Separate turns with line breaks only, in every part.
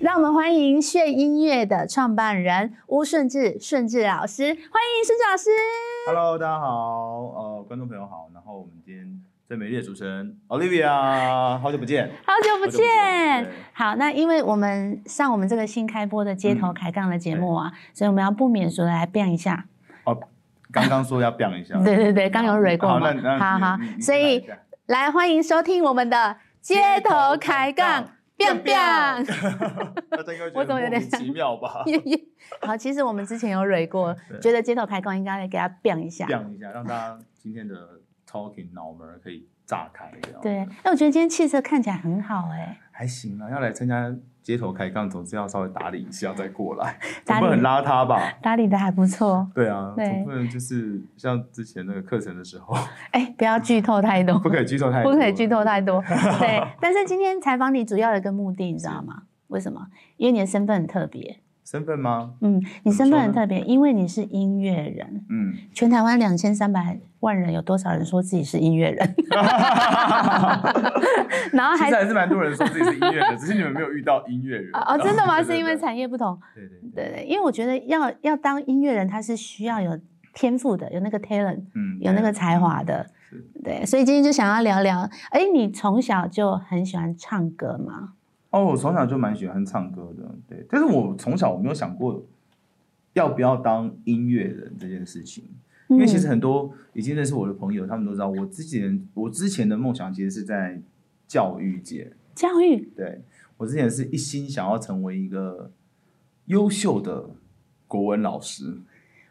让我们欢迎炫音乐的创办人巫顺志顺志老师，欢迎顺志老师。
Hello，大家好，呃，观众朋友好，然后我们今天最美丽的主持人 Olivia，好久不见，
好久
好
不
久不见
见
对。
好，那因为我们上我们这个新开播的街
嗯
头开杠的节目啊，所以我们要不免俗的来变一下。
哦刚刚说要 biang 一下，
对对对，刚有蕊过
好
嘛
那那。
好好
你你，你
所
来一
以
下
来欢迎收听我们的街头开杠。biang biang，
大家应该觉
我怎么
得
有
莫
点
名其妙吧
好，其实我们之前有蕊过，
对
觉得街头开杠应该给它变一下。
？biang 一下，让大家今天的 talking 脑门儿可以炸开。这样
对，，哎，我觉得今天气色看起来很好哎、
还行啊，要来参加街头开杠，总是要稍微打理一下再过来，
打
总
理
不能很邋遢吧？
打理的还不错。
对啊，
对
总不能就是像之前那个课程的时候，
哎，不要剧透太多，
不可以剧透太多，
不可以剧透太 多。对，但是今天采访你主要有一个目的，你知道吗？为什么？因为你的身份很特别。
身份吗？
嗯，你
怎么
身份很
说呢
特别，因为你是音乐人。
嗯，
全台湾两千三百万人，有多少人说自己是音乐 人？然后
其
还
实还是蛮多人说自己是音乐人，只是你们没有遇到音乐人
哦哦，真的吗？
对对
是因为
对
产业不同。
对对对，
对对，因为我觉得要要当音乐人，他是需要有天赋的，有那个 talent。
嗯
有那个才华的
是，
对，所以今天就想要聊聊，哎，你从小就很喜欢唱歌吗？
哦，我从小就蛮喜欢唱歌的，对，但是我从小我没有想过要不要当音乐人这件事情，因为其实
嗯
很多已经认识我的朋友，他们都知道我之前我之前的梦想其实是在教育界，
教育
对我之前是一心想要成为一个优秀的国文老师，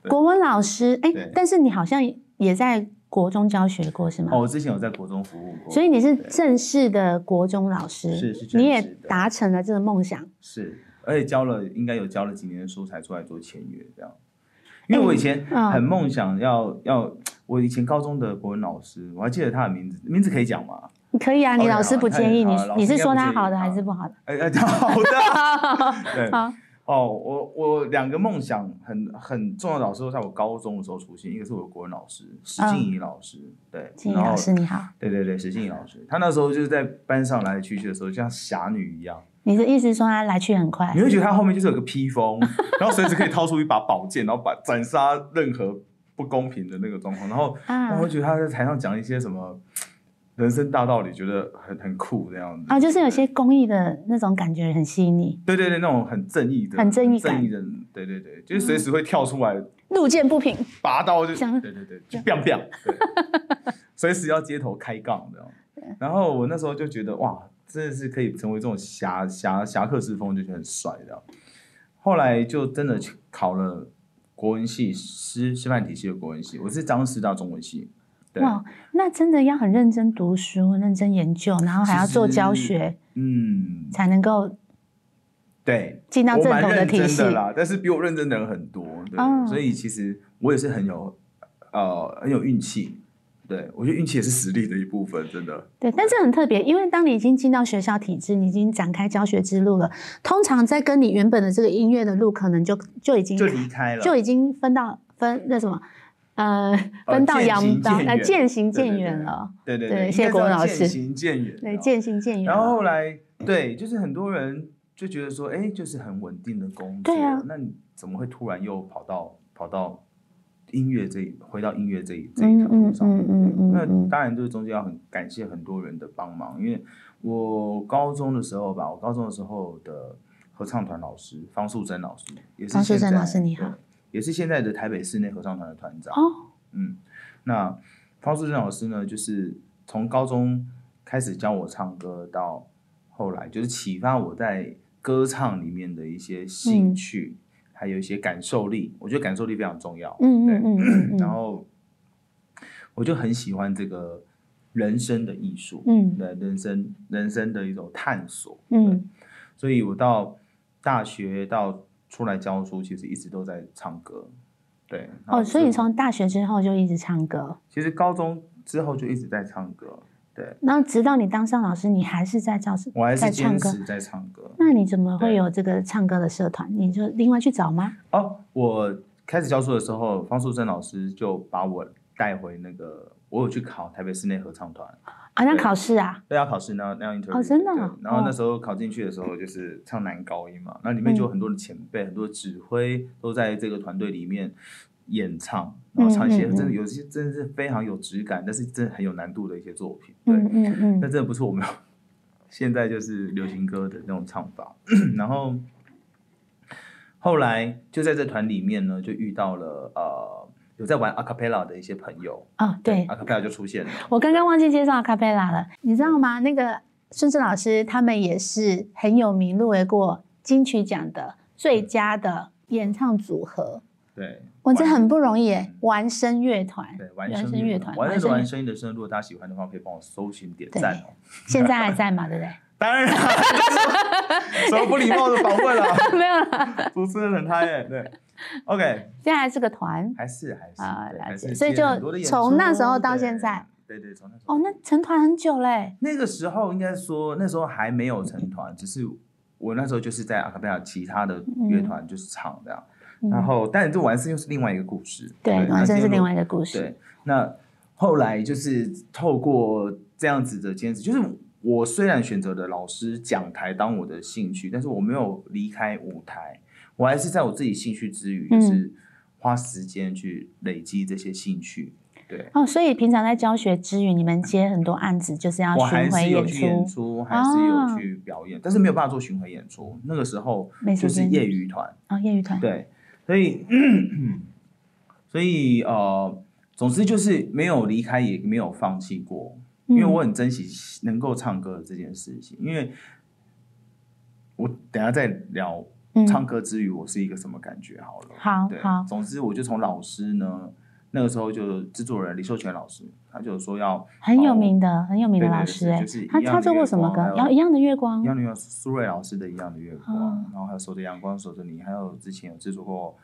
对
国文老师，哎
对，
但是你好像也在国中教学过是吗？
哦，我之前有在国中服务过，
所以你是
对
正式的国中老师，
是是正
你也
式的
达成了这个梦想。
是，而且教了应该有教了几年的书才出来做签约这样。因为我以前
嗯
很梦想要、要，我以前高中的国文老师，我还记得他的名字，名字可以讲吗？
你可以啊，你
OK，
老师
好
不
那
介意
哎好
你
了，老
你
师
是
应该
说
不
他
介意
好的
好
还是不好的？
哎、哎，好的， 对，
好，
哦，我我两个梦想很很重要的老师都在我高中的时候出现，一个是我的国文老师石
嗯
静怡老师，对，
静怡
然
老
后
师你好，
对对对，石静怡老师，她那时候就是在班上来来去去的时候，就像侠女一样，
你的意思是说他来去很快
你？会觉得他后面就是有个披风，然后随时可以掏出一把宝剑，然后把斩杀任何不公平的那个状况。然后
啊
我会觉得他在台上讲一些什么人生大道理，觉得很很酷这样子
啊，就是有些公益的那种感觉很吸引你，
对对对那种很正义的、
很正义感嗯
正义的，对对对，就是随时会跳出来
路见不平。
拔刀就，
像
对对对，就 biang biang，对随时要街头开杠这样。然后我那时候就觉得哇，真的是可以成为这种侠侠侠客之风，就觉得很帅这样。后来就真的去考了国文系师师范体系的国文系，我是张师大中文系。对，
哇，那真的要很认真读书、认真研究，然后还要做
其实
教学，
嗯，
才能够
对，
进到
我
正
蛮
统
认
体
真
系。
的啦，但是比我认真的人很多，对，
哦
所以其实我也是很有呃很有运气。对，我觉得运气也是实力的一部分，真的。
对，但这很特别，因为当你已经进到学校体制，你已经展开教学之路了，通常在跟你原本的这个音乐的路，可能就就已经
就离开了，
就已经分到分那什么。呃，
呃
分道
渐
扬
行
镳，
渐
呃，
远
渐行
对对
渐
对
远了，
对对
对
对，
谢
应该
国
是要
老师
渐行渐远，哦
对，。渐行渐远
然
了。
后后来，对，就是很多人就觉得说，哎，就是很稳定的工作，
对啊
那你怎么会突然又跑到跑到音乐这一回到音乐这一这一
嗯
条
嗯
路上？
嗯嗯嗯
那
嗯，
当然，就是中间要很感谢很多人的帮忙，因为我高中的时候吧，我高中的时候的合唱团老师方素珍老师，也是
方素
现
珍
在
老师你好
对也是现在的台北室内合唱团的团长。
哦，
嗯，那方素珍老师呢，就是从高中开始教我唱歌，到后来就是启发我在歌唱里面的一些
嗯
兴趣，还有一些感受力。我觉得感受力非常重要。
嗯
对
嗯嗯嗯嗯，
然后我就很喜欢这个人生的艺术，
嗯
对人生人生的一种探索。
嗯
所以我到大学到出来教书，其实一直都在唱歌。对。然后
哦，所以你
就
从大学之后就一直唱歌，
其实高中之后就一直在唱歌，对
然后直到你当上老师，你还是在教室
我还是
在
坚
唱歌。嗯
持在唱歌。
那你怎么会
对
有这个唱歌的社团？你就另外去找吗？
哦，我开始教书的时候，方素珍老师就把我带回那个，我有去考台北室内合唱团，
好像
对
考试啊，
对，要考试那样那样 interview
哦真的啊
对然后那
哦
时候考进去的时候就是唱男高音嘛，那里面就有很多的前辈、很多指挥都在这个团队里面演唱，然后唱一些
嗯嗯嗯
真的有些真的是非常有质感，但是真的很有难度的一些作品。对，
嗯嗯
那
嗯，
真的不是我们 现在就是流行歌的那种唱法。 然后后来就在这团里面呢，就遇到了呃有在玩 a cappella 的一些朋友，
哦对
a cappella 就出现了。
我刚刚忘记介绍卡贝拉了，你知道吗？那个孙志老师他们也是很有名，入围过金曲奖的最佳的演唱组合，
对，
哇，这很不容易耶
嗯！
完声乐团，
对，完
原
声
声乐团
完
完
声
声
完
乐
声音的声，如果大家喜欢的话，可以帮我搜寻点赞哦。
现在还在嘛，对不对？
当然啦，什么不礼貌的访问啦、
没有了，
主持人很嗨耶、对，OK，
现在还是个团。
还是还是
啊
对
了
还是
解所以
接了
就
很多的演
从
出
那时候到现在，
对对对，从那时候
哦，那成团很久嘞，
那个时候应该说，那时候还没有成团，只是我那时候就是在阿卡贝拉其他的乐团就是唱这样。
嗯
然后，但这完事又是另外一个故事。
对，完声是另外
一
一个故
个
事。
对，那后来就是透过这样子的坚持，就是我虽然选择了老师讲台当我的兴趣，但是我没有离开舞台，我还是在我自己兴趣之余，
嗯
就是花时间去累积这些兴趣。对，
哦，所以平常在教学之余，你们接很多案子，就是要
我
啊巡
还
回
是有
演
去演
出，啊
出，还是有去表演，但是没有办法做巡回演出。那个时候
没时
就是
间
业余团，
哦，业余团。
对，所以所以呃，总之就是没有离开，也没有放弃过，因为
嗯
我很珍惜能够唱歌的这件事情。因为我等一下再聊
嗯
唱歌之余，我是一个什么感觉好了。
好
对
好，
总之我就从老师呢，那个时候就制作人李秀全老师，他就说要
很有
哦
名的，很有名的
对对
老
对
师
是
哎
就是，一
他
样
他
的
做过
月
什么歌哦
光还？有
要一样的月光
一，样的月光，苏芮老师的《一样的月光》
哦
然后还有《守着阳光，守着你》，还有之前有制作过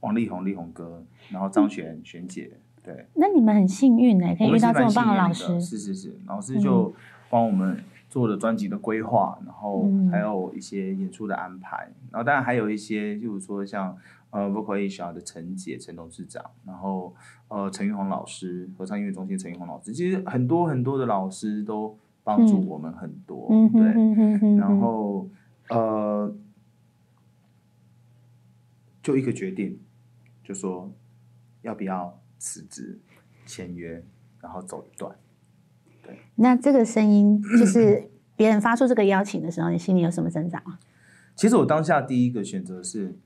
王力宏、力宏哥，然后
嗯
张悬、璇姐，对，
那你们很幸运哎，可
我
以
们
遇
是
到这
蛮
么
幸
棒
运
老
的
师。嗯
是是是，老师就帮我们做了专辑的规划，然后
嗯
还有一些演出的安排，然后当然还有一些，例如说像呃 Vocal a s i 的陈姐、陈董事长，然后呃陈玉红老师，合唱音乐中心陈玉红老师，其实很多很多的老师都帮助
嗯
我们很多，
嗯
对。
哼哼哼哼
然
哼，
后呃，就一个决定，就说要不要辞职、签约，然后走一段。
那这个声 音就是别人发出这个邀请的时候，你心里有什么挣扎吗？
其实我当下第一个选择是，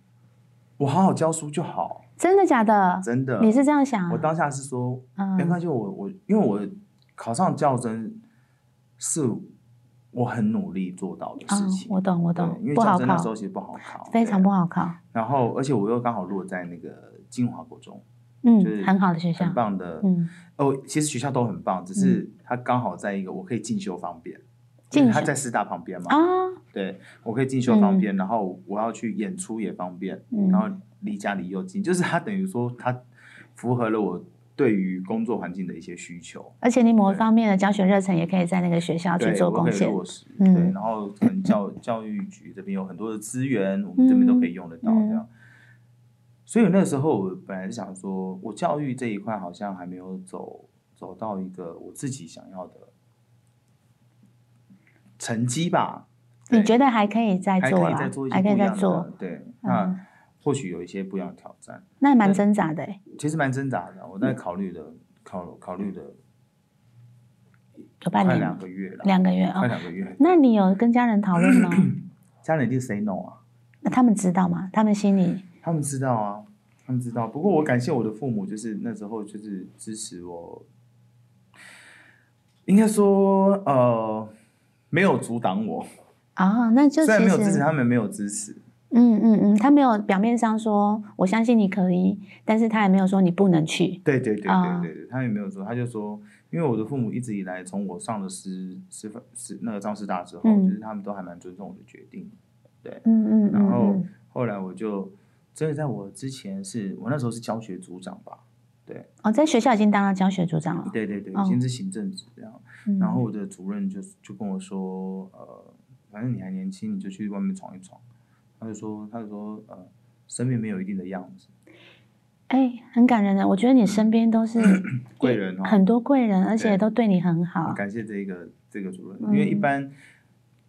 我好好教书就好，
真的假的？
真的。
你是这样想啊？
我当下是说，没
嗯
关系，我我因为我考上教真是我很努力做到的
啊
事，情。
我懂我
对
懂
因，为
不
教
好
真那时候
考，
其实不好考，
非常
对
不好考。
然后，而且我又刚好落在那个金华国中，就是
嗯，很好的学校
很，棒的。
嗯，
哦，其实学校都很棒，只是它刚好在一个我可以进修方便，
进
因为它
修
在师大旁边嘛。
啊，
对，我可以进修方便，然后我要去演出也方便，
嗯
然后离家里又近，就是它等于说它符合了我对于工作环境的一些需求。
而且你某一
对
方面的教学热忱也可以在那个学校去
对，
做
我
贡
可以
献。
落实。
嗯
对，然后可能教教育局这边有很多的资源，我们这边都可以用得到
嗯
这样。所以那时候我本来是想说，我教育这一块好像还没有走走到一个我自己想要的成绩吧。
你
对
觉得还可以再
还
做
可以
啦
再做一，些
还可
不
以
一
再
样的
做，，
对，
嗯
那或许有一些不一样的挑战，
那还蛮挣扎的欸，
其实蛮挣扎的。
嗯
我在考虑的考考虑的
有半
快
年
两
了，
个月了，
两个月
快
哦。
两个月，
那你有跟家人讨论 吗？
家人一定 say no 啊。
那他们知道吗？他们心 里
他们知道啊，他们知道。不过我感谢我的父母，就是那时候就是支持我，应该说呃没有阻挡我，
啊，那就
虽然
其
没有支持，
实，
他们没有支持。
嗯嗯嗯，他没有表面上说我相信你可以，但是他也没有说你不能去。
对对对
啊
对对对，他也没有说，他就说，因为我的父母一直以来，从我上了师师范师那个张师大之后，
嗯
就是他们都还蛮尊重我的决定。
嗯嗯嗯
然后
嗯，
后来我就真的在我之前是我那时候是教学组长吧，
哦，在学校已经当了教学组长了。
对对对，
哦
已经是行政职这样。
嗯
然后我的主任就就跟我说，呃，反正你还年轻，你就去外面闯一闯。他就说，他就说，呃，生命没有一定的样子，
哎，很感人的，我觉得你身边都是
贵人哦
很多贵人，而且
对
都对你很好。
感谢这个这个主任，因为一般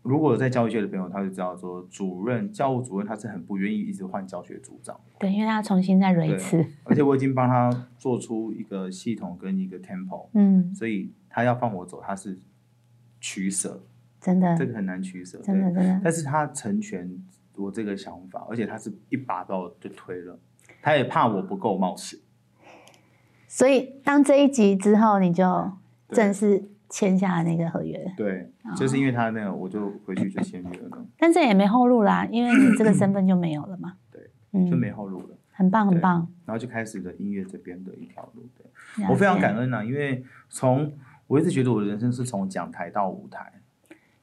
如果有在教育界的朋友，他就知道说，主任教务主任他是很不愿意一直换教学组长，
对，因为他重新再蕊一
对
次。
而且我已经帮他做出一个系统跟一个 tempo，
嗯，
所以他要放我走，他是取舍，
真的，
这个很难取舍，
真
对
的，真的，
但是他成全我这个想法，而且他是一把把我就推了，他也怕我不够冒险，
所以当这一集之后，你就
对
正式签下了那个合约，
对，就是因为他那个，我就回去就先约了，
但这也没后路啦，因为你这个身份就没有了嘛。
对，
嗯，
就没后路了，
很棒，很
对
棒。
然后就开始了音乐这边的一条路。对，
了
我非常
解
感。恩啊呐、因为从我一直觉得我的人生是从讲台到舞台，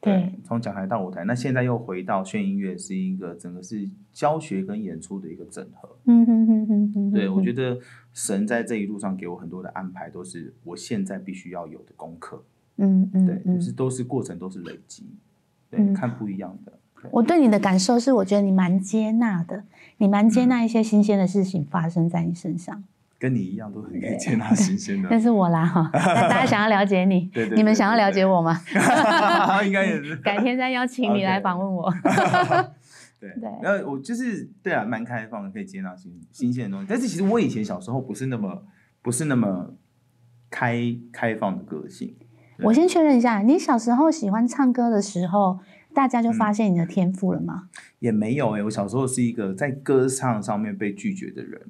对，
从讲台到舞台，那现在又回到炫音乐是一个整个是教学跟演出的一个整合。
嗯哼哼哼哼。
对，我觉
得
得神在这一路上给我很多的安排，都是我现在必须要有的功课。
嗯嗯
对，
嗯
就是都是过程，都是累积，对，
嗯
看不一样的。对
我对你的感受是，我觉得你蛮接纳的，你蛮接纳一些新鲜的事情发生在你身上。
跟你一样，都很遇见那新 鲜的
那，是我啦 哈，那大家想要了解你，
嗯对对对
你们想要了解我吗？
应该也是
改天再邀请你
OK
来访问我。
对
对。
然后我就是对啊，蛮开放的，可以接纳新新鲜的东西。但是其实我以前小时候不是那么不是那么开开放的个性，
我先确认一下，你小时候喜欢唱歌的时候，大家就
嗯
发现你的天赋了吗？
也没有哎、我小时候是一个在歌唱上面被拒绝的人。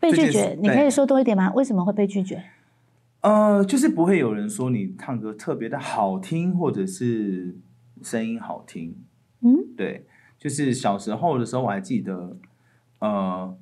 被拒
这件
绝
事，
你可以
对
说多一点吗？为什么会被拒绝？
呃，就是不会有人说你唱歌特别的好听，或者是声音好听。
嗯，
对，就是小时候的时候，我还记得，呃，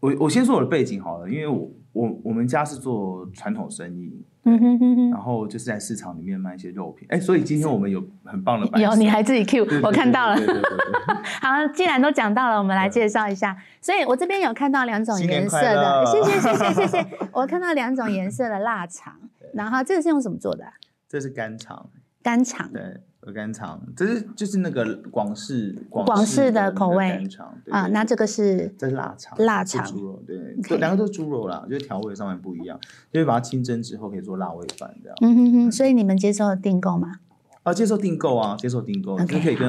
我我先说我的背景好了，因为我我我们家是做传统生意，
嗯哼哼
然后就是在市场里面卖一些肉品。哎，所以今天我们有很棒的
哼，
摆
有
设
你还自己 Q，
对对
我
对
看到了
对。对对对
好，既然都讲到了，我们来介绍一下。所以我这边有看到两种
新年
颜色
快
的，
乐
谢谢谢谢谢谢。 我看到两种颜色的腊肠，然后这个是用什么做的啊、
这是干肠，
干肠。
对，鹅肝肠，这是就是那个广式
广式的
的
口味
干肠对
啊，
对
那
对
这个是
这是腊肠，
腊
是
肠
猪肉，对，
OK
这两个都是猪肉啦，就是调味上面不一样，就是把它清蒸之后可以做辣味饭这样。
嗯哼哼，所以你们接受订购吗？
啊，接受订购啊，接受订购，
OK，
就是可以跟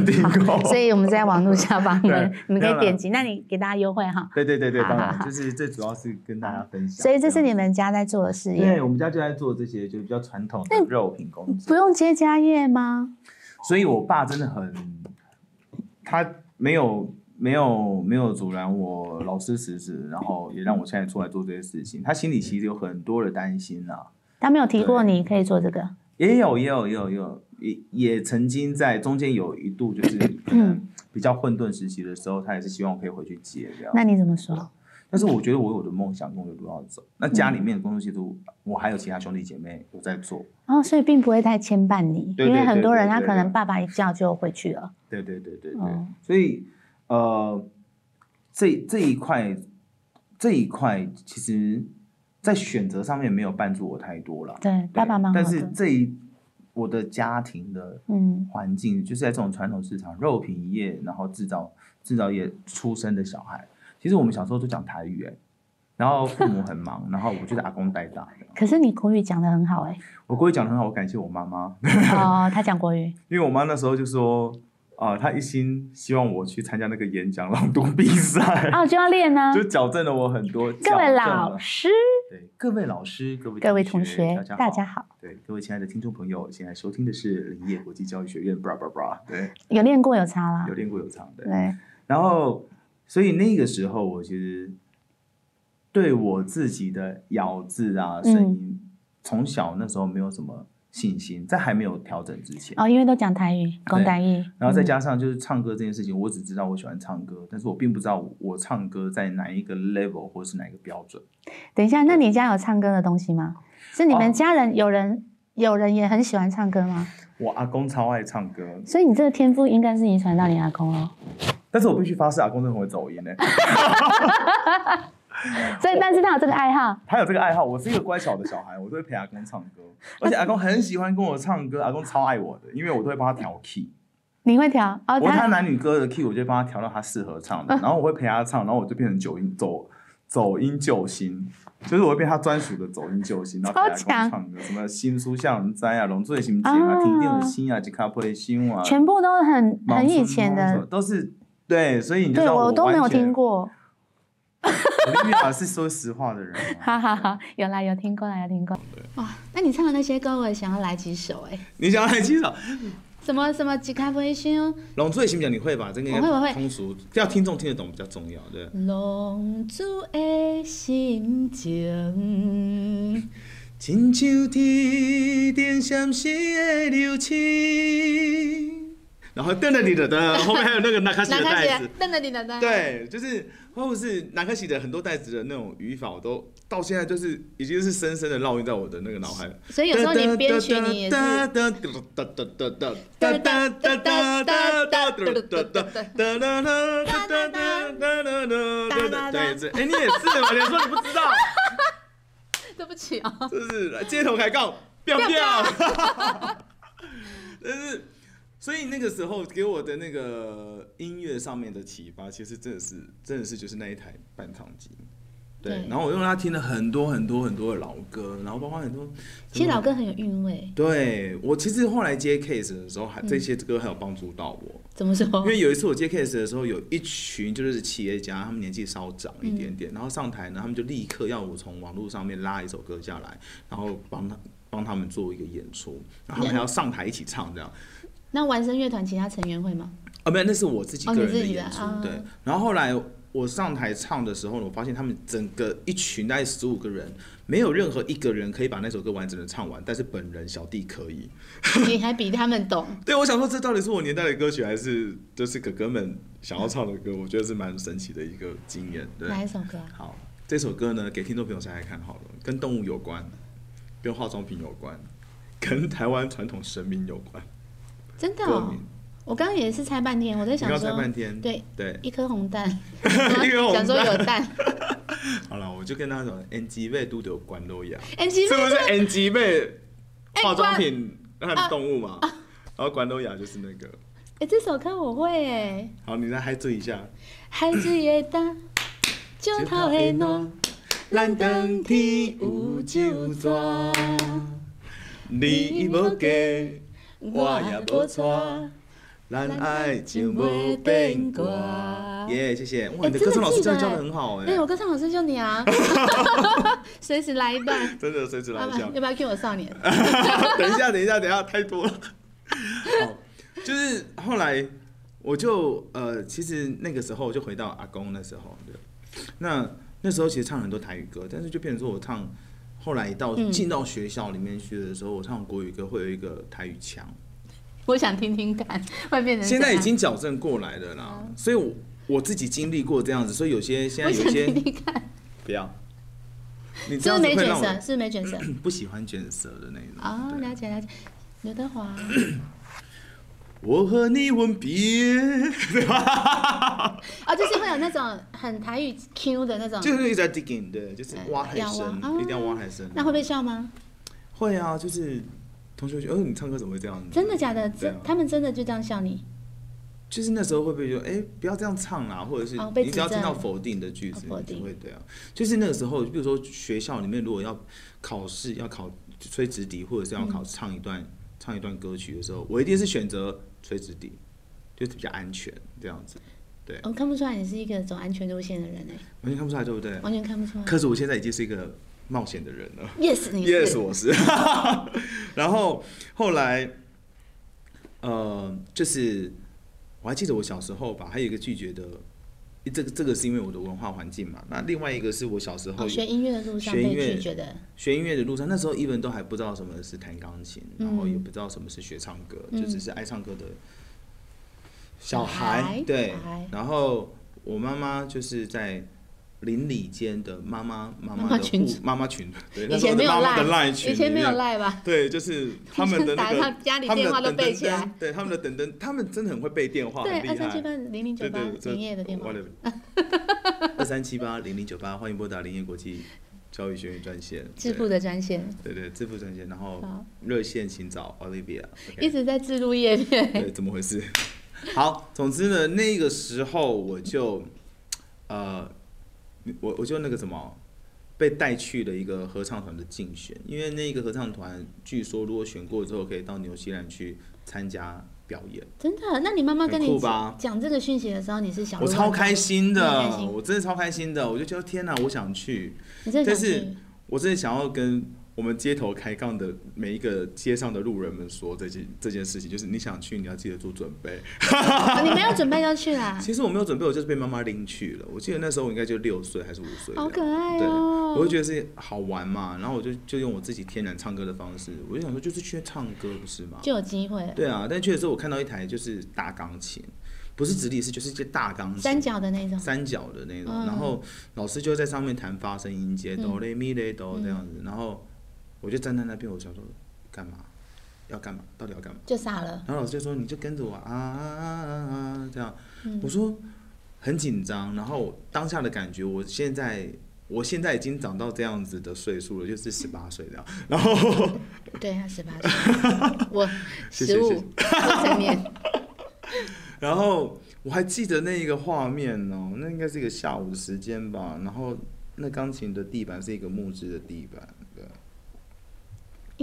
订购。
所以我们在网络下方，你们
哦 对
你们可
当
以
然
点击，那你给大家优惠哈。
对对对对，
好
当
好
然
好
就是这主要是跟大家分享。
所以这是
样
你们家在做的事
对
业，
我们家就在做这些，就是比较传统的肉品工
不
作。
用接家业吗？
所以我爸真的很，他没有没有没有阻拦我老师辞职，然后也让我现在出来做这些事情。他心里其实有很多的担心啊。
他没有提过
对
你可以做这个，
也有，也有，也有，也有，也也曾经在中间有一度就是可
嗯
能比较混沌时期的时候，他也是希望我可以回去接这样。
那你怎么说？
但是我觉得我有我的梦想跟我有路要走。那家
嗯
里面的工作其实我我还有其他兄弟姐妹有在做。
哦，所以并不会太牵绊你，
对
因为
对
很
对
多
对
人他
对
可能
对
爸爸一叫就回去了。
对对对对对，
哦
所以呃，这这一块这一块其实，在选择上面没有绊住我太多了。
对，
对
爸爸蛮好
但
的。
是这一我的家庭的
嗯，
环境，就是在这种传统市场、肉品业，然后制造制造业出生的小孩，其实我们小时候都讲台语哎、然后父母很忙，然后我就在阿公带大的。
可是你国语讲的很好哎、
我国语讲得很好，我感谢我妈妈，
哦，他讲国语，
因为我妈那时候就说，啊、她一心希望我去参加那个演讲朗读比赛，
哦，就要练呢、
就矫正了我很
各
多。
位
矫正
老
了，
师，
对各位老师，各位
各位同学，
大
大
家
家
好，
好。
对各位亲爱的听众朋友，现在收听的是林业国际教育学院，bra bra bra，对，
有练过有差啦
有。练过有唱的。
啊对，
然后，所以那个时候我其实对我自己的咬字啊声音，
嗯
从小那时候没有什么信心，在还没有调整之前。
哦，因为都讲台语，讲台语。
然后再
嗯
加上就是唱歌这件事情，我只知道我喜欢唱歌，但是我并不知道我唱歌在哪一个 level 或是哪一个标准。
等一下，那你家有唱歌的东西吗？是你们
哦
家人有人有人也很喜欢唱歌吗？
我阿公超爱唱歌，
所以你这个天赋应该是遗传到你阿公哦。
但是我必须发誓，阿公真的很会走音欸呢。
所以，但是他有这个爱好，
他有这个爱好，我是一个乖巧的小孩，我都会陪阿公唱歌，而且阿公很喜欢跟我唱歌，阿公超爱我的，因为我都会帮他调 key，
你会调哦？
我他
他
男女歌的 key，我就会帮他调到他适合唱的，然后我会陪他唱，然后我就变成九音走走音救星，就是我会变他专属的走音救星，然后陪
超强
阿公唱歌，什么新书向人栽啊，龙醉心结啊，
啊
停电的心啊，吉卡普的心啊，
全部都很
毛
很以
村
前
猫什
的
么，都是对，所以你就知
对
道我
都没有听
过。
过，
我的是说实话的人啊。
哈哈哈，有啦有听过啦有听过。
哇，那你唱的那些歌，我也想要来几首哎、
你想要来几首？
什么什么吉卡维修，
龙珠的行不行？你会吧？这个应该
我会我会
通俗要听众听得懂比较重要，对。
浪子的心情，
亲像天顶闪烁的流星，然后噔噔噔噔噔，后面还有那个纳卡西的袋子。
噔噔噔噔噔，，
对，就是或者是南克西的很多袋子的那种语法，我都到现在就是已经是深深的烙印在我的那个脑海了。
所以有时候你编曲你也是
哒哒哒哒哒哒哒哒哒哒哒哒哒对，这哎你也是嘛？你还说你不知道，
对不起 啊、
这是街头开杠，彪彪。但是，呃所以那个时候给我的那个音乐上面的启发，其实真的是真的是就是那一台半糖机。对，
对
然后我用它听了很多很多很多的老歌，然后包括很多，
其实老歌很有韵味，
对我其实后来接 case 的时候，还这些歌很有帮助到我，
嗯怎么说？
因为有一次我接 case 的时候，有一群就是企业家，他们年纪稍长一
嗯
点点，然后上台呢，他们就立刻要我从网络上面拉一首歌下来，然后帮他帮他们做一个演出，然后他们还要上台一起唱这样。
那玩声乐团其他成员会吗？
啊，没有，那是我自己
哦
个
你
人
自己的
演出。
啊
对，然后后来我上台唱的时候呢，我发现他们整个一群大概十五个人，没有任何一个人可以把那首歌完整的唱完，但是本人小弟可以。
你还比他们懂，
对，我想说这到底是我年代的歌曲，还是就是哥哥们想要唱的歌？我觉得是蛮神奇的一个经验。对，
哪一首歌啊？
好，这首歌呢，给听众朋友猜猜看好了，跟动物有关，跟化妆品有关，跟台湾传统神明有关。
真的、
歌
哦
名，，
我刚刚也是猜半天，我在
你
想
刚刚猜
说，
半天，
对，
对，
一颗 红蛋，
一颗红蛋
想说有蛋
好了，我就跟他讲，NG 妹都得有关都一样，
，NG
是不是 NG 妹
哎啊
化妆品和动物嘛？然后关东雅就是那个，
哎、这首歌我会哎、
好，你来嗨这一下。
孩子越大，就头会 暖，咱当天有酒桌，
你无嫁，我也无娶，咱爱情无变卦。耶，谢谢！哇，你的歌唱老师真的教的很好哎
哎、，我歌唱老师就 你啊，随时来一段。
真的随时来
爸
一
爸，
下
要。不要 cue 我少年？
等一下，等一下，等一下，太多了。好，就是后来我就呃，其实那个时候就回到阿公那时候，对，那那时候其实唱很多台语歌，但是就变成说我唱，后来到
嗯
进到学校里面去的时候，我唱国语歌会有一个台语腔，
我想听听看，会变成
现在
怎
已
样
经矫正过来了啦，
啊
所以我我自己经历过这样子，所以有些现
我
在
想
有些
听听看，
不要，你
是
这
不
样
是
子
没
会
卷
让
舌？是
我
不是没卷舌？
不喜欢卷舌的那种。
哦，
对
了解了解。刘德华，
我和你吻别，对吧？
哦，就是会有那种很台语 Q 的那种，
就是一直在 digging，对，就是
哎
挖太
嗯要
深
挖，
一定要挖太深。
那会被笑吗？
会啊，就是同学就，哦，你唱歌怎么会这样子？
真的假的？
对
真
啊
他们真的就这样笑你？
就是那时候会不会就哎，不要这样唱啦，或者是
哦被
你只要
指
听
正
到否定的句子，
哦否
你
定
就会对啊。就是那个时候，比如说学校里面如果要考试要考吹直笛，或者是要考唱一
嗯
段唱一段歌曲的时候，我一定是选择吹直笛，就是比较安全这样
嗯
子。
我看不出来你是一个走安全路线的人哎，
完全看不出来，对不对？
完全看不出来。
可是我现在已经是一个冒险的人了。
Yes，你是
Yes，我是。 然后后来，呃，就是我还记得我小时候吧，还有一个拒绝的，这个这个是因为我的文化环境嘛。那另外一个是我小时候
哦，
有
学音乐的路上
学
被
音乐
拒绝的，
学音乐的路上，那时候 even 都还不知道什么是弹钢琴，
嗯
然后也不知道什么是学唱歌，
嗯
就只是爱唱歌的小
小
孩。
孩
对
小孩，
然后我妈妈就是在邻里间的妈妈妈
妈
妈的
群
互
组
妈妈群，对，那
以
时候
前
的
没有
妈妈的
赖，
赖群，
以前没有，赖吧？
对，就是他们的那
打
个
他家里
他们的
电话都
等等
背起来
等，对，他们的等等，他们真的很会背电话，
对，
很
二
厉
三七八
害。
零零九
对
八
对，
林业的电话。
二三七八零零九八，欢迎拨打林业国际教育学院专线，
致富的专线
对对对致富专线，然后
好
热线请找 Olivia，
一直在置入页面，
对，怎么回事？ 好，总之呢，那个时候我就，呃，我我就那个什么，被带去了一个合唱团的竞选，因为那个合唱团据说如果选过之后，可以到纽西兰去参加表演，
真的？那你妈妈跟
很
你
酷吧
讲这个讯息的时候，你是小鹿
我超开心
哦你很开
的，
心
我真的超开心的，我就觉得天哪，我想去，
你真的
但
想
是
去？
我真的想要跟。我们街头开杠的每一个街上的路人们说这件这件事情，就是你想去，你要记得做准备。
哦 你没有准备要去啦？
其实我没有准备，我就是被啊妈妈拎去了。我记得那时候我应该就六岁还是五岁这样，
好可爱
对，
哦
我就觉得是好玩嘛，然后我就就用我自己天然唱歌的方式，我就想说就是去唱歌不是吗？
就有机会了。
对啊，但去的时候我看到一台就是大钢琴，不是直立式，就是一些大钢琴，
三角的那种，
三角的那种，
嗯
然后老师就在上面弹发声音阶，哆
嗯
来咪来哆这样子，然后我就站在那边，我想说干嘛？要干嘛？到底要干嘛？
就傻了。
然后老师就说你就跟着我啊啊啊啊啊这样。
嗯
我，说很紧张，然后当下的感觉，我现在我现在已经长到这样子的岁数了，就是十八岁这样。然后
对啊，十八岁， 我
谢谢
十五
谢谢
未成年。
然后我还记得那一个画面哦，那应该是一个下午的时间吧。然后那钢琴的地板是一个木质的地板，对，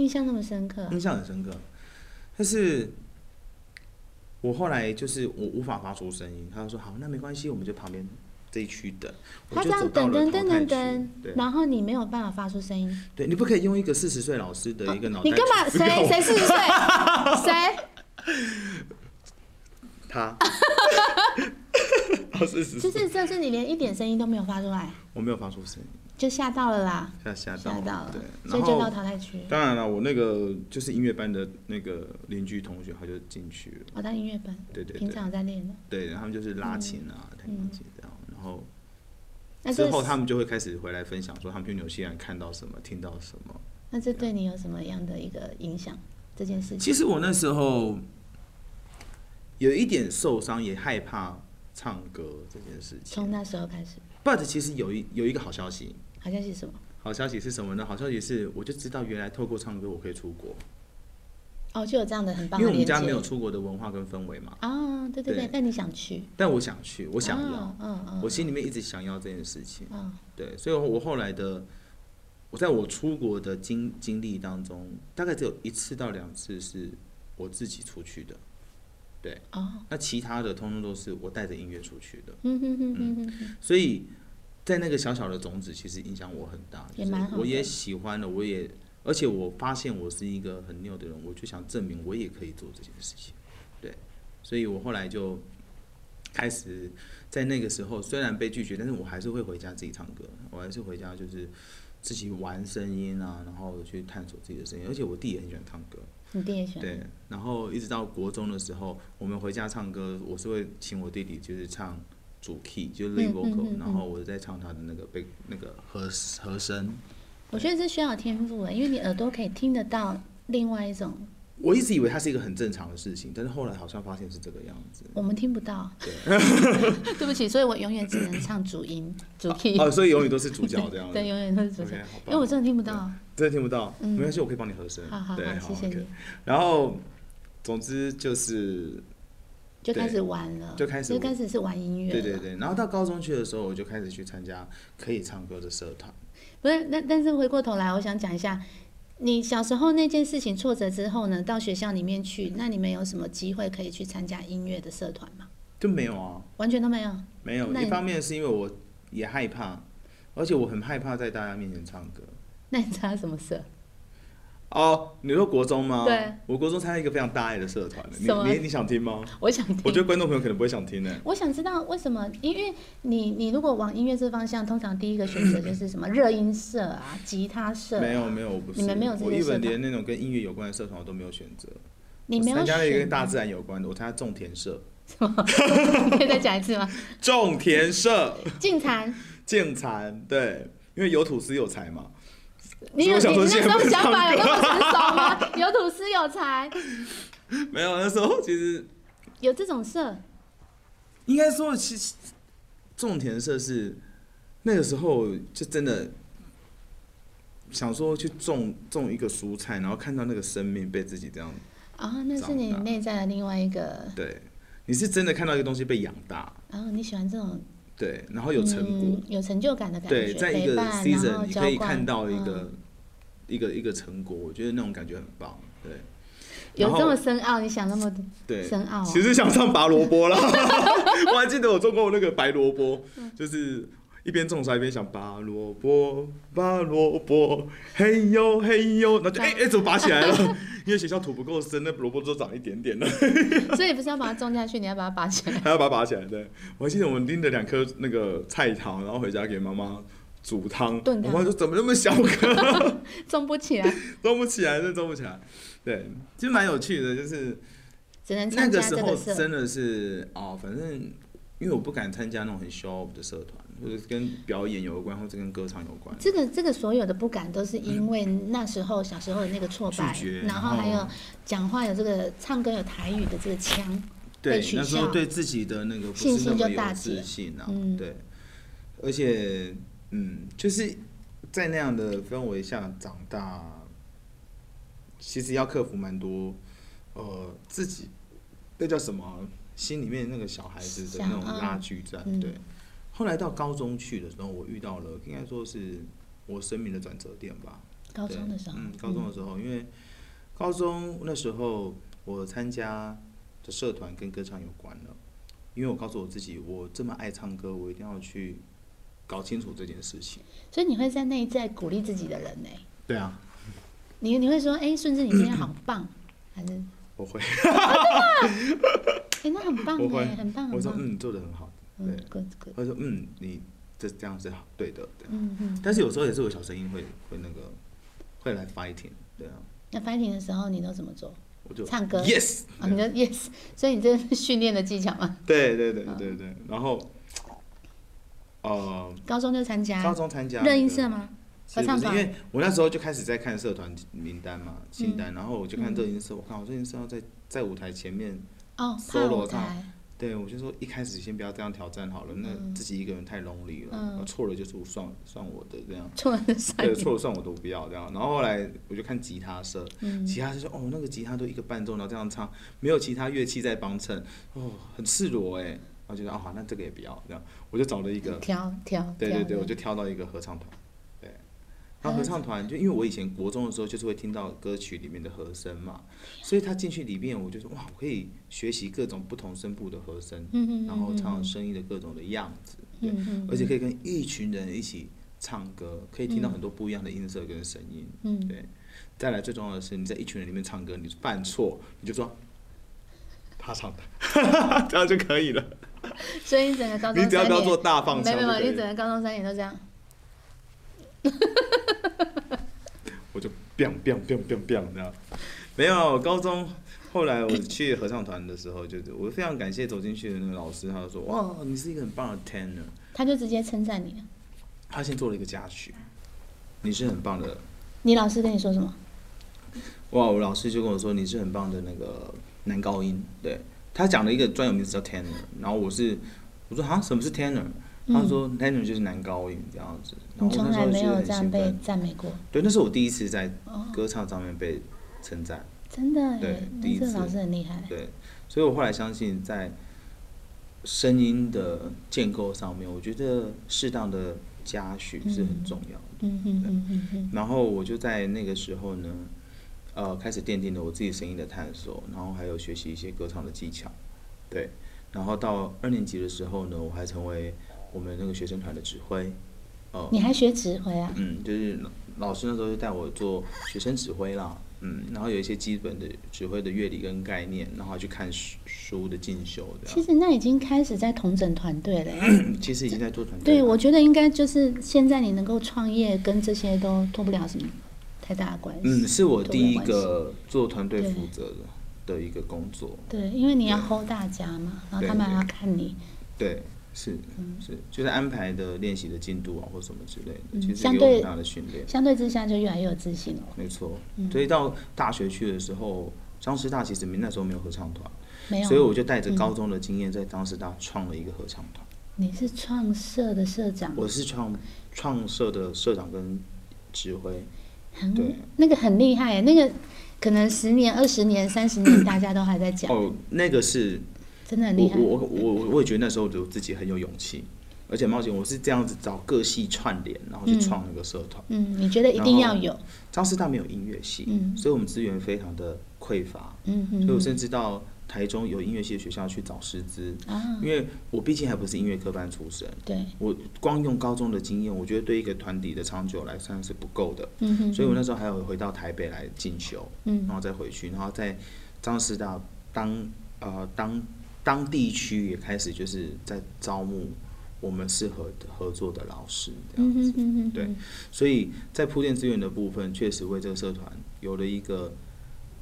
印象那么深刻，
印象很深刻。但是我后来就是我无法发出声音，他就说好，那没关系，我们就旁边这一区等。我
他
就
这样
走到了
等等
淘
等
汰
等
区
等，，
对
然后你没有办法发出声音，
对，你不可以用一个四十岁老师的一个脑袋去
你
思
干
考、
嘛？谁谁四 十岁？谁？
他，哦老师是
就是就是你连一点声音都没有发出来，
我没有发出声音，
就吓到了啦，
吓吓
吓
到
到了
对，，
所
然
以就到
后
淘汰区。
当然了，我那个就是音乐班的那个邻居同学，他就进去了，
我哦当音乐班，
对对
平
对，
常有在练的。
对，然后他们就是拉琴啊、
嗯
弹钢琴这样，然后
那
之
这
后他们就会开始回来分享说他们去纽西兰看到什么、听到什么。
那这对你有什么样的一个影响？这件事情，
其实我那时候有一点受伤，也害怕唱歌这件事
从
情。
那时候开始，
But 其实有一有一个好消息，
好像是什么？
好消息是什么呢？好消息是，我就知道原来透过唱歌我可以出国，
哦，就有这样的很棒
因
的
为我们
连接。
家没有出国的文化跟氛围嘛。
啊，对对对
对，
但你想去，
但我想去，我想要，
啊嗯嗯，
我心里面一直想要这件事情。
嗯
对，所以我后来的，我在我出国的经经历当中，大概只有一次到两次是我自己出去的，
哦，
那其他的通通都是我带着音乐出去的。
嗯哼哼哼哼哼，
所以在那个小小的种子，其实影响我很大，就
也
是
蛮好的
我也喜欢了，我也，而且我发现我是一个很拗的人，我就想证明我也可以做这件事情，对，所以我后来就开始在那个时候，虽然被拒绝，但是我还是会回家自己唱歌，我还是回家就是自己玩声音啊，然后去探索自己的声音，而且我弟也很喜欢唱歌，
你弟也喜欢，
对，然后一直到国中的时候，我们回家唱歌，我是会请我弟弟就是唱主 key，就是
嗯
lead
嗯
vocal，、
嗯嗯
然后我再唱他的那个被那个和和声。
我觉得这需要有天赋诶，因为你耳朵可以听得到另外一种
我一直以为它是一个很正常的事情，但是后来好像发现是这个样 子。
我们听不到， 对不起，所以我永远只能唱主音主 key，
哦，所以永远都是主角这 样子。
对，永远都是主
OK，
角
好，
因
棒
为我真的听不到。
真的听不到，
嗯
没关系，我可以帮你和声。
好好
对，
好，谢谢
OK
你，
然后，总之就是，
就开
对
始玩了，
就开始
就开始是玩音乐，
对对，对。然后到高中去的时候，我就开始去参加可以唱歌的社团。
不是，那但是回过头来，我想讲一下，你小时候那件事情挫折之后呢，到学校里面去，那你们有什么机会可以去参加音乐的社团吗？
就没有啊，
完全都没有，
没有，
那
一
你
方面是因为我也害怕，而且我很害怕在大家面前唱歌。
那你参加什么社？
哦，你说国中吗？
对，
我国中参加一个非常大爱的社团，你
什么
你你想听 吗？
我想听。
我觉得观众朋友可能不会想听呢。
我想知道为什么？因为你你如果往音乐这方向，通常第一个选择就是什么热音社啊、吉他社、
没有，没有，我不是。
你们没有这些
我一
社团
本连那种跟音乐有关的社团我都没有选择。
你没
我
有
参加了一个
选
跟大自然有关的，我参加种田社。
你可以再讲一次吗？
种田社，
进禅
建材，对，因为有土司有财嘛。所
你
以我
有你
想说
那
现
时
在
候
不
想
唱
法有
歌
那么成熟 吗？有土司有财，
没有，那时候其实
有这种社，
应该说，其实种田社是那个时候就真的想说去种种一个蔬菜，然后看到那个生命被自己这样，
啊、那是
长
你
大
内在的另外一个，
对，你是真的看到一个东西被养大，
然、后你喜欢这种
对，然后有成果，
嗯，有成就感的感觉，
对，在一
陪
个
伴然
season
后
你
浇
可以
灌
看到一个、
嗯
一个一个成果，我觉得那种感觉很棒，对
有
然后
这么深奥，你想那么多
对，
深奥、啊
其实想上拔萝卜啦， 我还记得我种过那个白萝卜，就是一边种出来一边想拔萝卜，拔萝卜，嘿呦嘿呦，然后就哎哎、怎么拔起来了？ 因为学校土不够深，那萝卜都长一点点了，
所以你不是要把它种下去，你要把它拔起来。
还要把它拔起来。对，我还记得我们拎着两颗那个菜桃，然后回家给妈妈煮汤，我
炖汤
妈说怎么那么小颗？
种不起来，
种不起来，真的种不起来。对，其实蛮有趣的，就是
只能
那
参
个
加
时
这
候
个社。
真的是哦，反正因为我不敢参加那种很 show off 的社团，或者是跟表演有关，或者跟歌唱有关。
这个这个所有的不敢，都是因为那时候小时候的那个挫败
拒绝，
然后还
然
有
后
讲话有这个唱歌有台语的这个腔，被
对，
取
那时候
笑
对自己的那个不
信
是
心
那么
就大
有
减
自信啊，
嗯
对，而且嗯，就是在那样的氛围下长大，其实要克服蛮多呃自己那叫什么啊心里面那个小孩子的那种
想要
拉锯战，
嗯
对。后来到高中去的时候，我遇到了应该说是我生命的转折点吧，
高中的时候，
对嗯，高中的时候，因为高中那时候我参加的社团跟歌唱有关了，因为我告诉我自己，我这么爱唱歌，我一定要去搞清楚这件事情。
所以你会在内在鼓励自己的人呢、欸
对啊，
你你会说，哎、顺治你今天好棒，还是
我会，
哎、那很棒
我会
哎、很棒
我
很
说
棒，
嗯，做的很好，
嗯
对
，good good，
我说嗯，你这这样是好对的，对。
嗯嗯。
但是有时候也是有小声音会会那个会来 fighting，对啊，
那 fighting 的时候你都怎么做？
我就
唱歌
yes，
啊，你就 yes，所 以你这是训练的技巧嘛？
对对
嗯
对对对，然后呃，
高中就参加
高中参加
热音
那个
社吗？
是
合唱
不是
团
因为我那时候就开始在看社团名单嘛，清
嗯
单，然后我就看热音社，我看我热音社要在在舞台前面，
哦，怕
solo
舞台，
对我就说一开始先不要这样挑战好了，那
嗯
自己一个人太 lonely 了，
嗯
然后错了就是算算我的 这样，
错了算
对，
你。
错了算我都不要这样。然后后来我就看吉他社，
嗯
吉他社说哦那个吉他都一个伴奏，然后这样唱，没有其他乐器在帮衬，哦很赤裸哎，然后觉得啊、好那这个也不要这样，我就找了一个
挑挑，
对对对，
挑
我就挑到一个合唱团，对，
啊
然后合唱团就因为我以前国中的时候就是会听到歌曲里面的和声嘛，所以他进去里面我就说哇，我可以学习各种不同声部的和声，
嗯嗯嗯
然后唱声音的各种的样子，对，
嗯嗯
而且可以跟一群人一起唱歌，可以听到很多不一样的音色跟声音，
嗯
对，再来最重要的是你在一群人里面唱歌，你犯错你就说他唱的， 这样就可以了，
所以你整个高中
你只要
三
不要
年
做大放
没
腔
有
就
没有，
可以
你整
了。
个高中三年都这样。
我就 biang biang biang biang biang 这样。没有，高中后来我去合唱团的时候，就是我非常感谢走进去的那个老师，他就说：“哇，你是一个很棒的 tenor。
他就直接称赞你了。”
他先做了一个加曲，你是很棒的。
你老师跟你说什么？
哇，我老师就跟我说你是很棒的那个男高音，对他讲了一个专有名词叫 tenor，然后我是我说啊什么是 tenor？他说 tenor 就是男高音这样子，然
你
后我
从
哦那时
来
候
没
觉得
有
很
这样
兴
被
奋，
赞美过，
对，那是我第一次在歌唱上面被称赞。
真的
对
耶。
第
你
一
这个老
次
师很厉害。
对，所以我后来相信，在声音的建构上面，我觉得适当的嘉许是很重要的。
嗯嗯嗯嗯嗯。
然后我就在那个时候呢，呃，开始奠定了我自己声音的探索，然后还有学习一些歌唱的技巧，对。然后到二年级的时候呢，我还成为我们那个学生团的指挥，哦、
你还学指挥啊？
嗯，就是老老师那时候就带我做学生指挥啦，嗯，然后有一些基本的指挥的乐理跟概念，然后去看书书的进修这
其
样。
实那已经开始在同整团队了耶。
嗯 其实已经在做团队了。
对，我觉得应该就是现在你能够创业，跟这些都脱不了什么太大的关系。
嗯，是我
脱不
第
了
一
关系。
个做团队
对
负责的的一个工作，
对，因为你要
对
hold 大家嘛，然后
对
他们还要
对
看你，
对，是
嗯
是，就是安排的练习的进度啊，或什么之类的，
嗯
其实
相
也有
对
很大的训练。
相对之下就越来越有自信了。
没错，
嗯
所以到大学去的时候，张师大其实没那时候没有合唱团，
没有，嗯
所以我就带着高中的经验，在张师大创了一个合唱团。
你是创社的社长，
我是创创社的社长跟指挥，
很
对
那个很厉害耶，那个可能十年、二十年、三 十年，大家都还在讲，
哦，那个是
真的很
我
厉害。
我我我我也觉得那时候我自己很有勇气，而且猫姐我是这样子找各系串联，然后去
嗯
创那个社团。
嗯，你觉得一定要有，
张师大没有音乐系，
嗯
所以我们资源非常的匮乏，
嗯
所以我
嗯
甚至到台中有音乐系的学校去找师资，
嗯啊，
因为我毕竟还不是音乐科班出身，
对，
我光用高中的经验，我觉得对一个团体的长久来算是不够的，
嗯哼，
所以我那时候还有回到台北来进修，
嗯
然后再回去，然后在张师大当呃当当地区也开始就是在招募我们适合的合作的老师这样
嗯
子，
哼嗯哼，
对，所以在铺垫资源的部分，确实为这个社团有了一个，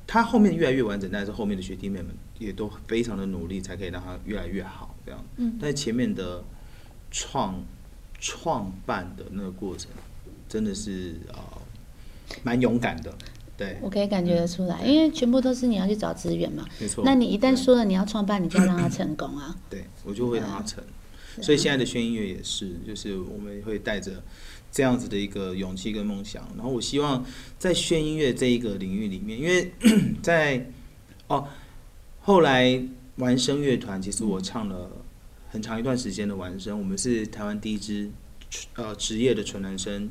它后面越来越完整，但是后面的学弟妹们也都非常的努力，才可以让它越来越好这样。
嗯
但是前面的创创办的那个过程，真的是呃蛮勇敢的，对，
我可以感觉得出来，因为全部都是你要去找资源嘛。
嗯没错。
那你一旦
对
说了你要创办，你就要让它成功啊。
对我就会让它成。
嗯
所以现在的炫音乐也是，就是我们会带着这样子的一个勇气跟梦想，然后我希望在炫音乐这一个领域里面，因为 在哦后来玩声乐团，其实我唱了很长一段时间的玩声，我们是台湾第一支呃职业的纯男生。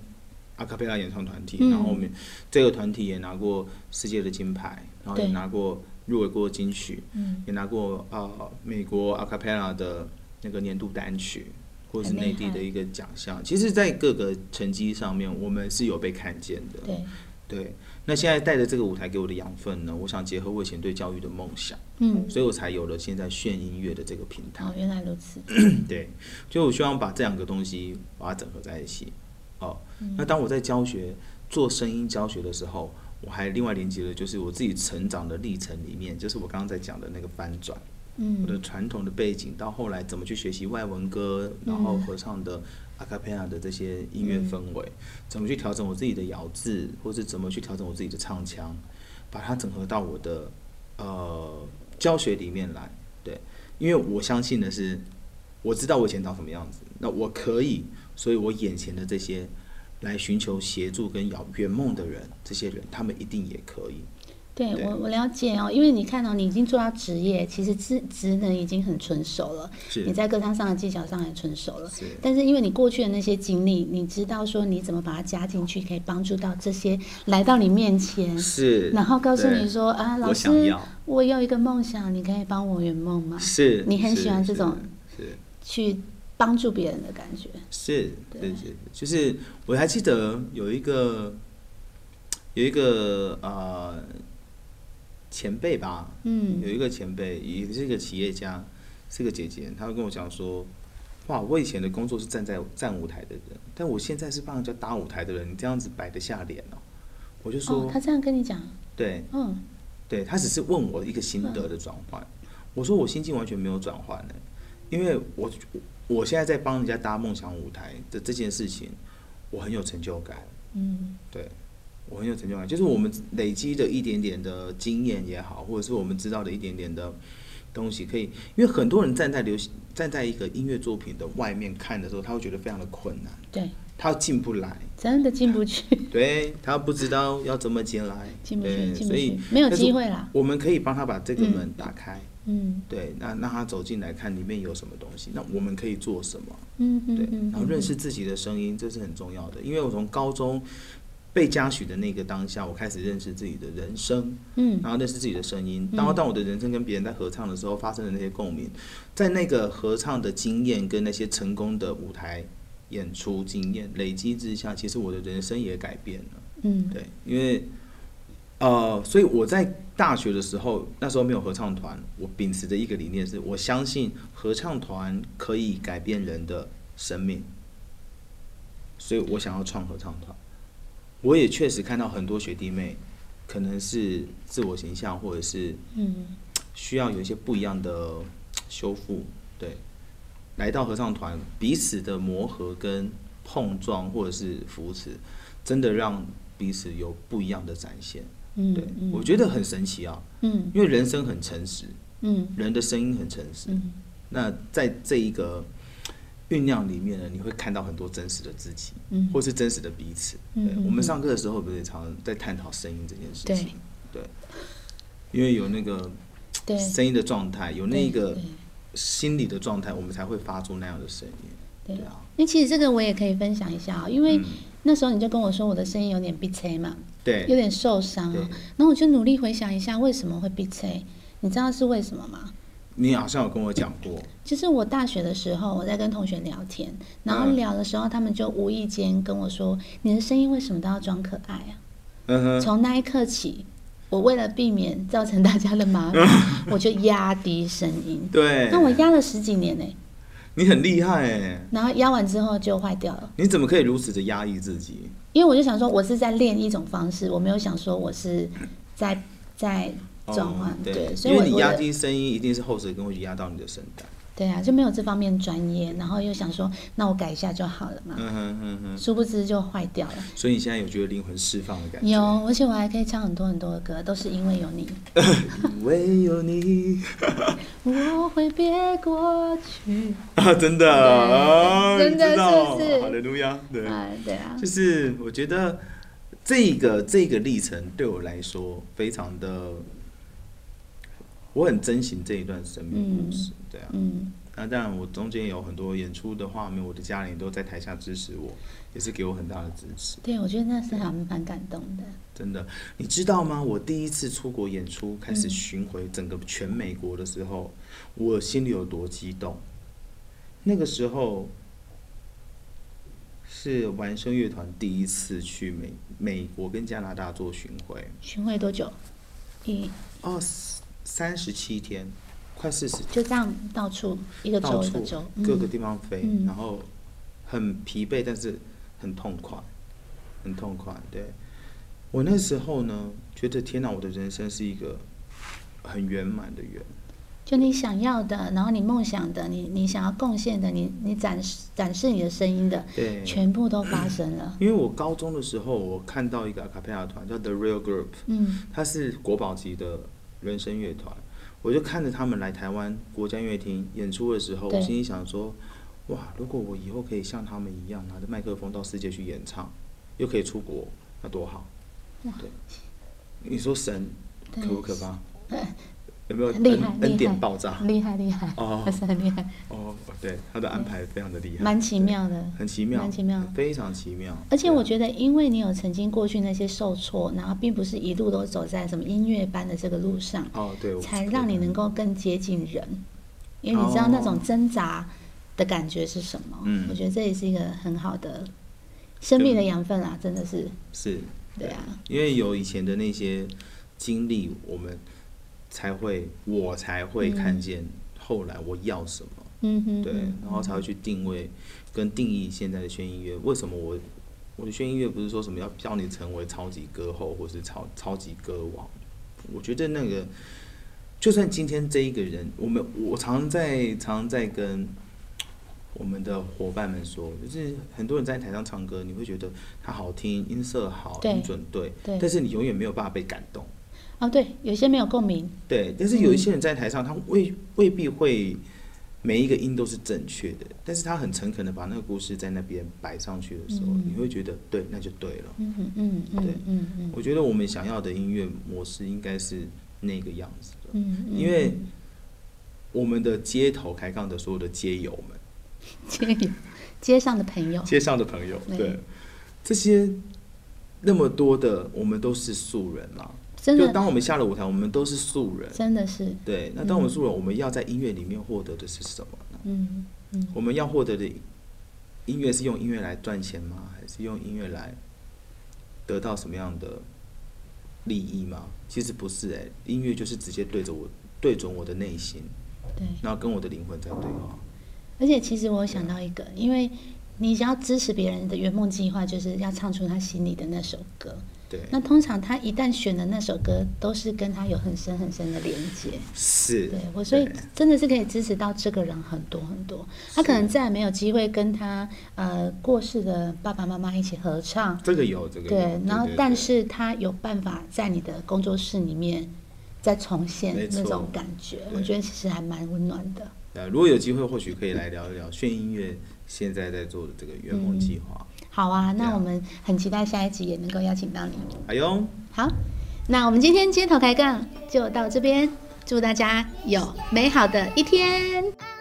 阿卡贝拉演唱团体，
嗯
然后我们这个团体也拿过世界的金牌，然后也
对
拿过入围过金曲，
嗯，
也拿过呃美国 a cappella 的那个年度单曲，或是
很厉
内地
害
的一个奖项。其实，在各个成绩上面，我们是有被看见的。
对，
对那现在带着这个舞台给我的养分呢，我想结合我以前对教育的梦想，
嗯，哦
所以我才有了现在炫音乐的这个平台
好，。原来如此。
对，就我希望把这两个东西把它整合在一起。哦，那当我在教学做声音教学的时候，我还另外连接了就是我自己成长的历程里面，就是我刚刚在讲的那个翻转。我的
嗯，
传统的背景，到后来怎么去学习外文歌，然后合唱的阿卡贝拉的这些音乐氛围，怎么去调整我自己的咬字，或是怎么去调整我自己的唱腔，把它整合到我的呃教学里面来。对，因为我相信的是，我知道我以前长什么样子，那我可以，所以我眼前的这些来寻求协助跟咬圆梦的人，这些人他们一定也可以。
对
对
我我了解哦，因为你看哦，你已经做到职业，其实职职能已经很纯熟了，
是
你在歌唱上的技巧上也纯熟了。
是
但是因为你过去的那些经历，你知道说你怎么把它加进去，可以帮助到这些来到你面前，
是，
然后告诉
对
你说啊，老
我
师
想要，
我有一个梦想，你可以帮我圆梦吗？
是，
你很喜
是
欢这
是
种
是
去帮助别人的感觉，
是
对
是是，就是我还记得有一个有一个呃前辈吧，
嗯
有一个前辈也是一个企业家，是个姐姐，她会跟我讲说。哇！我以前的工作是站在站舞台的人，但我现在是帮人家搭舞台的人，你这样子摆得下脸哦。我就说，
哦，他这样跟你讲，
对，
嗯，
对他只是问我一个心得的转换，我说我心境完全没有转换呢、因为我我现在在帮人家搭梦想舞台的这件事情，我很有成就感，
嗯，
对我很有成就感，就是我们累积的一点点的经验也好，或者是我们知道的一点点的东西，可以，因为很多人站在流行站在一个音乐作品的外面看的时候，他会觉得非常的困难，
对，
他进不来，
真的进不去，
对他不知道要怎么进来，
进不去，
对
进不
所
去
以，
没有
但是
机会啦，
我们可以帮他把这个
嗯
门打开，
嗯
对，那让他走进来看里面有什么东西，那我们可以做什么？
嗯
对
嗯，嗯，
然后认识自己的声音，这是很重要的。因为我从高中被嘉许的那个当下，我开始认识自己的人生，
嗯，
然后认识自己的声音。然后当我的人生跟别人在合唱的时候发生的那些共鸣，在那个合唱的经验跟那些成功的舞台演出经验累积之下，其实我的人生也改变了。
嗯
对，因为呃，所以我在大学的时候，那时候没有合唱团，我秉持着一个理念是，我相信合唱团可以改变人的生命，所以我想要创合唱团。我也确实看到很多学弟妹，可能是自我形象或者是
嗯
需要有一些不一样的修复，对。来到合唱团，彼此的磨合跟碰撞或者是扶持，真的让彼此有不一样的展现。
嗯
对，
嗯
我觉得很神奇啊，
嗯
因为人生很诚实，
嗯
人的声音很诚实。
嗯
那在这一个酝酿里面呢，你会看到很多真实的自己，
嗯
或是真实的彼此。对，
嗯嗯
我们
嗯
上课的时候不是也常常在探讨声音这件事
对
情？对，因为有那个
对，
声音的状态，有那
对
个
对
心理的状态，我们才会发出那样的声音。
对
对啊，
因为其实这个我也可以分享一下啊、因为
嗯
那时候你就跟我说我的声音有点鼻塞嘛，有
对，
点受伤
对
啊，然后我就努力回想一下为什么会鼻塞，你知道是为什么吗？
你好像有跟我讲过，
就是我大学的时候，我在跟同学聊天，然后
嗯
聊的时候，他们就无意间跟我说：“你的声音为什么都要装可爱啊
嗯？”哼，
从那一刻起，我为了避免造成大家的 麻烦，我就压低声音。
对，
那我压了十几年欸呢、
你很厉害哎，
然后压完之后就坏掉了，
你怎么可以如此的压抑自己？
因为我就想说，我是在练一种方式，我没有想说我是在在转换、
哦
对，所以
因
我
为你
我
压
的
低声音，一定是后舌根会去压到你的声带。
对啊，就没有这方面专业，然后又想说，那我改一下就好了嘛，
嗯哼嗯哼，
殊不知就坏掉了。
所以你现在有觉得灵魂释放的感觉？
有，，而且我还可以唱很多很多的歌，都是因为有你。
因为有你
我会别过去。
啊，真的啊，
对真的
你知道
是不是
哈利路亚，对，
哎，对啊，
就是我觉得这个这个历程对我来说非常的，我很珍惜这一段生命故事，对啊。
嗯，
那当然，我中间有很多演出的画面，我的家人也都在台下支持我，也是给我很大的支持。
对，我觉得那是还蛮感动的。
真的，你知道吗？我第一次出国演出，开始巡回整个全美国的时候，我心里有多激动。那个时候是玩声乐团第一次去美美国跟加拿大做巡回，
巡回多久？一
哦，三十七天，快四十天
就这样到处一个
到
州一个
处
州，
各
嗯
个地方飞，
嗯
然后很疲惫，但是很痛快，很痛快。对我那时候呢，觉得天哪，我的人生是一个很圆满的圆。
就你想要的，然后你梦想的，你你想要贡献的，你你展示展示你的声音的，
对，
全部都发生了。
因为我高中的时候，我看到一个卡佩拉团叫 The Real Group，
嗯
它是国宝级的人声乐团，我就看着他们来台湾国家音乐厅演出的时候，我
对
心里想说，哇，如果我以后可以像他们一样拿着麦克风到世界去演唱，又可以出国，那多好
哇！
对，你说神
对
可不可怕？
哎
有没有恩
厉害厉害
恩典爆炸？
厉害厉 害，
哦
还是很厉害，
哦，对，他的安排非常的厉害，
蛮奇妙的。
对，很奇妙，
蛮奇妙
非常奇妙。
而且
对
我
啊
觉得，因为你有曾经过去那些受挫，然后并不是一路都走在什么音乐班的这个路上，
哦，对，我
才让你能够更接近人，因为你知
哦
道那种挣扎的感觉是什么。
嗯
我觉得这也是一个很好的生命的养分啊，真的是，
是
对啊，
因为有以前的那些经历，我们才会，我才会看见后来我要什么，
嗯哼，
对，
嗯
然后才会去定位跟定义现在的炫音乐。为什么我我的炫音乐不是说什么要教你成为超级歌后或是超超级歌王？我觉得那个，就算今天这一个人，我们我常在常在跟我们的伙伴们说，就是很多人在台上唱歌，你会觉得他好听，音色好，
对
音准对，
对
但是你永远没有办法被感动。
哦，对，有些没有共鸣，
对，但是有一
嗯
些人在台上，他未未必会每一个音都是正确的，但是他很诚恳的把那个故事在那边摆上去的时候，
嗯
你会觉得对，那就对了。
嗯哼嗯嗯
对
嗯嗯嗯
我觉得我们想要的音乐模式应该是那个样子的，
嗯，嗯
因为我们的街头开杠的所有的街友们，
街友街上的朋友，
街上的朋友，
哦对
对这些那么多的，我们都是素人嘛。
真
就
的
当我们下了舞台，我们都是素人。
真的是，
对，那当我们素人，我们要在音乐里面获得的是什么呢？
嗯嗯
我们要获得的音乐是用音乐来赚钱吗？还是用音乐来得到什么样的利益吗？其实不是哎、音乐就是直接对着我对准我的内心，
对。
然后跟我的灵魂在对话。
而且其实我有想到一个，因为你想要支持别人的圆梦计划，就是要唱出他心里的那首歌。
对，
那通常他一旦选的那首歌，都是跟他有很深很深的连接。
是
对，我所以
对
真的是可以支持到这个人很多很多。他可能再也没有机会跟他呃过世的爸爸妈妈一起合唱，
这个有这个有
对，然后
对
但是他有办法在你的工作室里面再重现
没
那
错
种感觉，我
对
觉得其实还蛮温暖的。
呃，如果有机会，或许可以来聊一聊炫音乐现在在做的这个圆梦计划。
好啊，
对
那
啊
我们很期待下一集也能够邀请到你。
哎呦，
好，那我们今天街头开杠就到这边，祝大家有美好的一天。
「あ